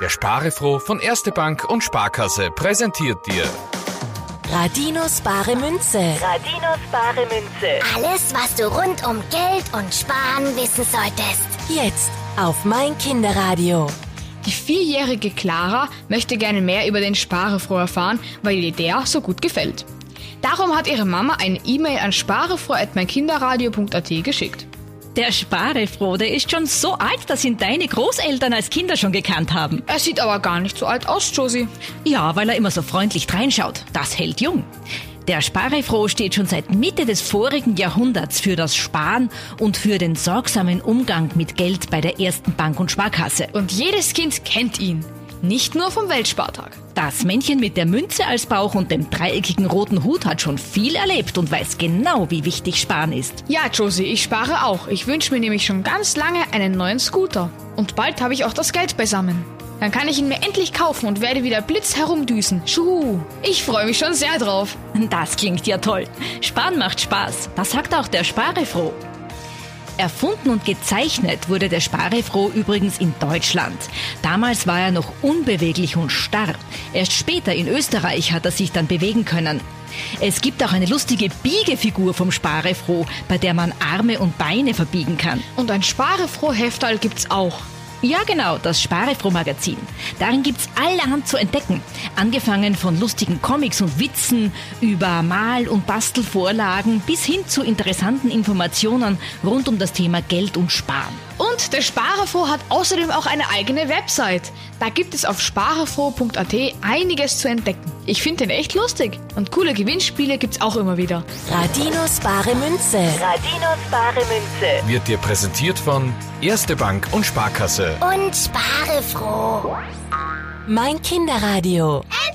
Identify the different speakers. Speaker 1: Der Sparefroh von Erste Bank und Sparkasse präsentiert dir
Speaker 2: Radinos bare Münze.
Speaker 3: Radinos bare Münze.
Speaker 4: Alles, was du rund um Geld und Sparen wissen solltest.
Speaker 2: Jetzt auf mein Kinderradio.
Speaker 5: Die vierjährige Clara möchte gerne mehr über den Sparefroh erfahren, weil ihr der so gut gefällt. Darum hat ihre Mama eine E-Mail an sparefroh.meinkinderradio.at geschickt.
Speaker 6: Der Sparefroh, der ist schon so alt, dass ihn deine Großeltern als Kinder schon gekannt haben.
Speaker 5: Er sieht aber gar nicht so alt aus, Josie.
Speaker 6: Ja, weil er immer so freundlich reinschaut. Das hält jung. Der Sparefroh steht schon seit Mitte des vorigen Jahrhunderts für das Sparen und für den sorgsamen Umgang mit Geld bei der ersten Bank und Sparkasse.
Speaker 5: Und jedes Kind kennt ihn. Nicht nur vom Weltspartag.
Speaker 6: Das Männchen mit der Münze als Bauch und dem dreieckigen roten Hut hat schon viel erlebt und weiß genau, wie wichtig Sparen ist.
Speaker 5: Ja, Josie, ich spare auch. Ich wünsche mir nämlich schon ganz lange einen neuen Scooter. Und bald habe ich auch das Geld beisammen. Dann kann ich ihn mir endlich kaufen und werde wieder blitz herumdüsen. Schuhu. Ich freue mich schon sehr drauf.
Speaker 6: Das klingt ja toll. Sparen macht Spaß. Das sagt auch der Sparefroh. Erfunden und gezeichnet wurde der Sparefroh übrigens in Deutschland. Damals war er noch unbeweglich und starr. Erst später in Österreich hat er sich dann bewegen können. Es gibt auch eine lustige Biegefigur vom Sparefroh, bei der man Arme und Beine verbiegen kann.
Speaker 5: Und ein Sparefroh-Heftal gibt's auch.
Speaker 6: Ja genau, das Sparefroh-Magazin. Darin gibt's allerhand zu entdecken. Angefangen von lustigen Comics und Witzen über Mal- und Bastelvorlagen bis hin zu interessanten Informationen rund um das Thema Geld und Sparen.
Speaker 5: Und der Sparefroh hat außerdem auch eine eigene Website. Da gibt es auf sparefroh.at einiges zu entdecken. Ich finde den echt lustig. Und coole Gewinnspiele gibt's auch immer wieder.
Speaker 2: Radinos bare Münze.
Speaker 3: Radinos bare Münze.
Speaker 1: wird dir präsentiert von Erste Bank und Sparkasse.
Speaker 4: Und spare froh.
Speaker 2: Mein Kinderradio.
Speaker 4: Ein